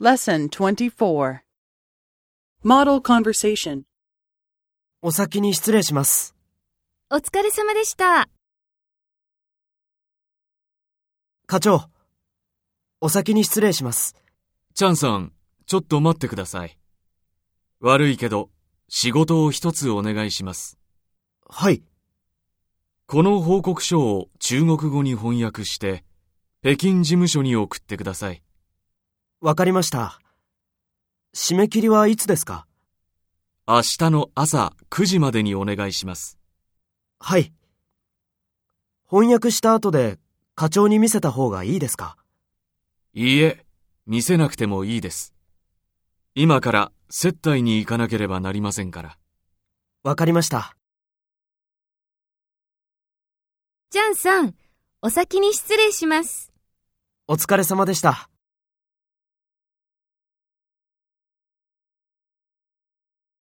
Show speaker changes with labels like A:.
A: Lesson 24 Model Conversation
B: お先に失礼します。
C: お疲れ様でした。
B: 課長。お先に失礼します。
D: チャンさん、ちょっと待ってください。悪いけど、仕事を一つお願いします。
B: はい。
D: この報告書を中国語に翻訳して、北京事務所に送ってください。
B: わかりました。締め切りはいつですか
D: 明日の朝9時までにお願いします。
B: はい。翻訳した後で課長に見せた方がいいですか
D: いいえ、見せなくてもいいです。今から接待に行かなければなりませんから。
B: わかりました。
C: ジャンさん、お先に失礼します。
B: お疲れ様でした。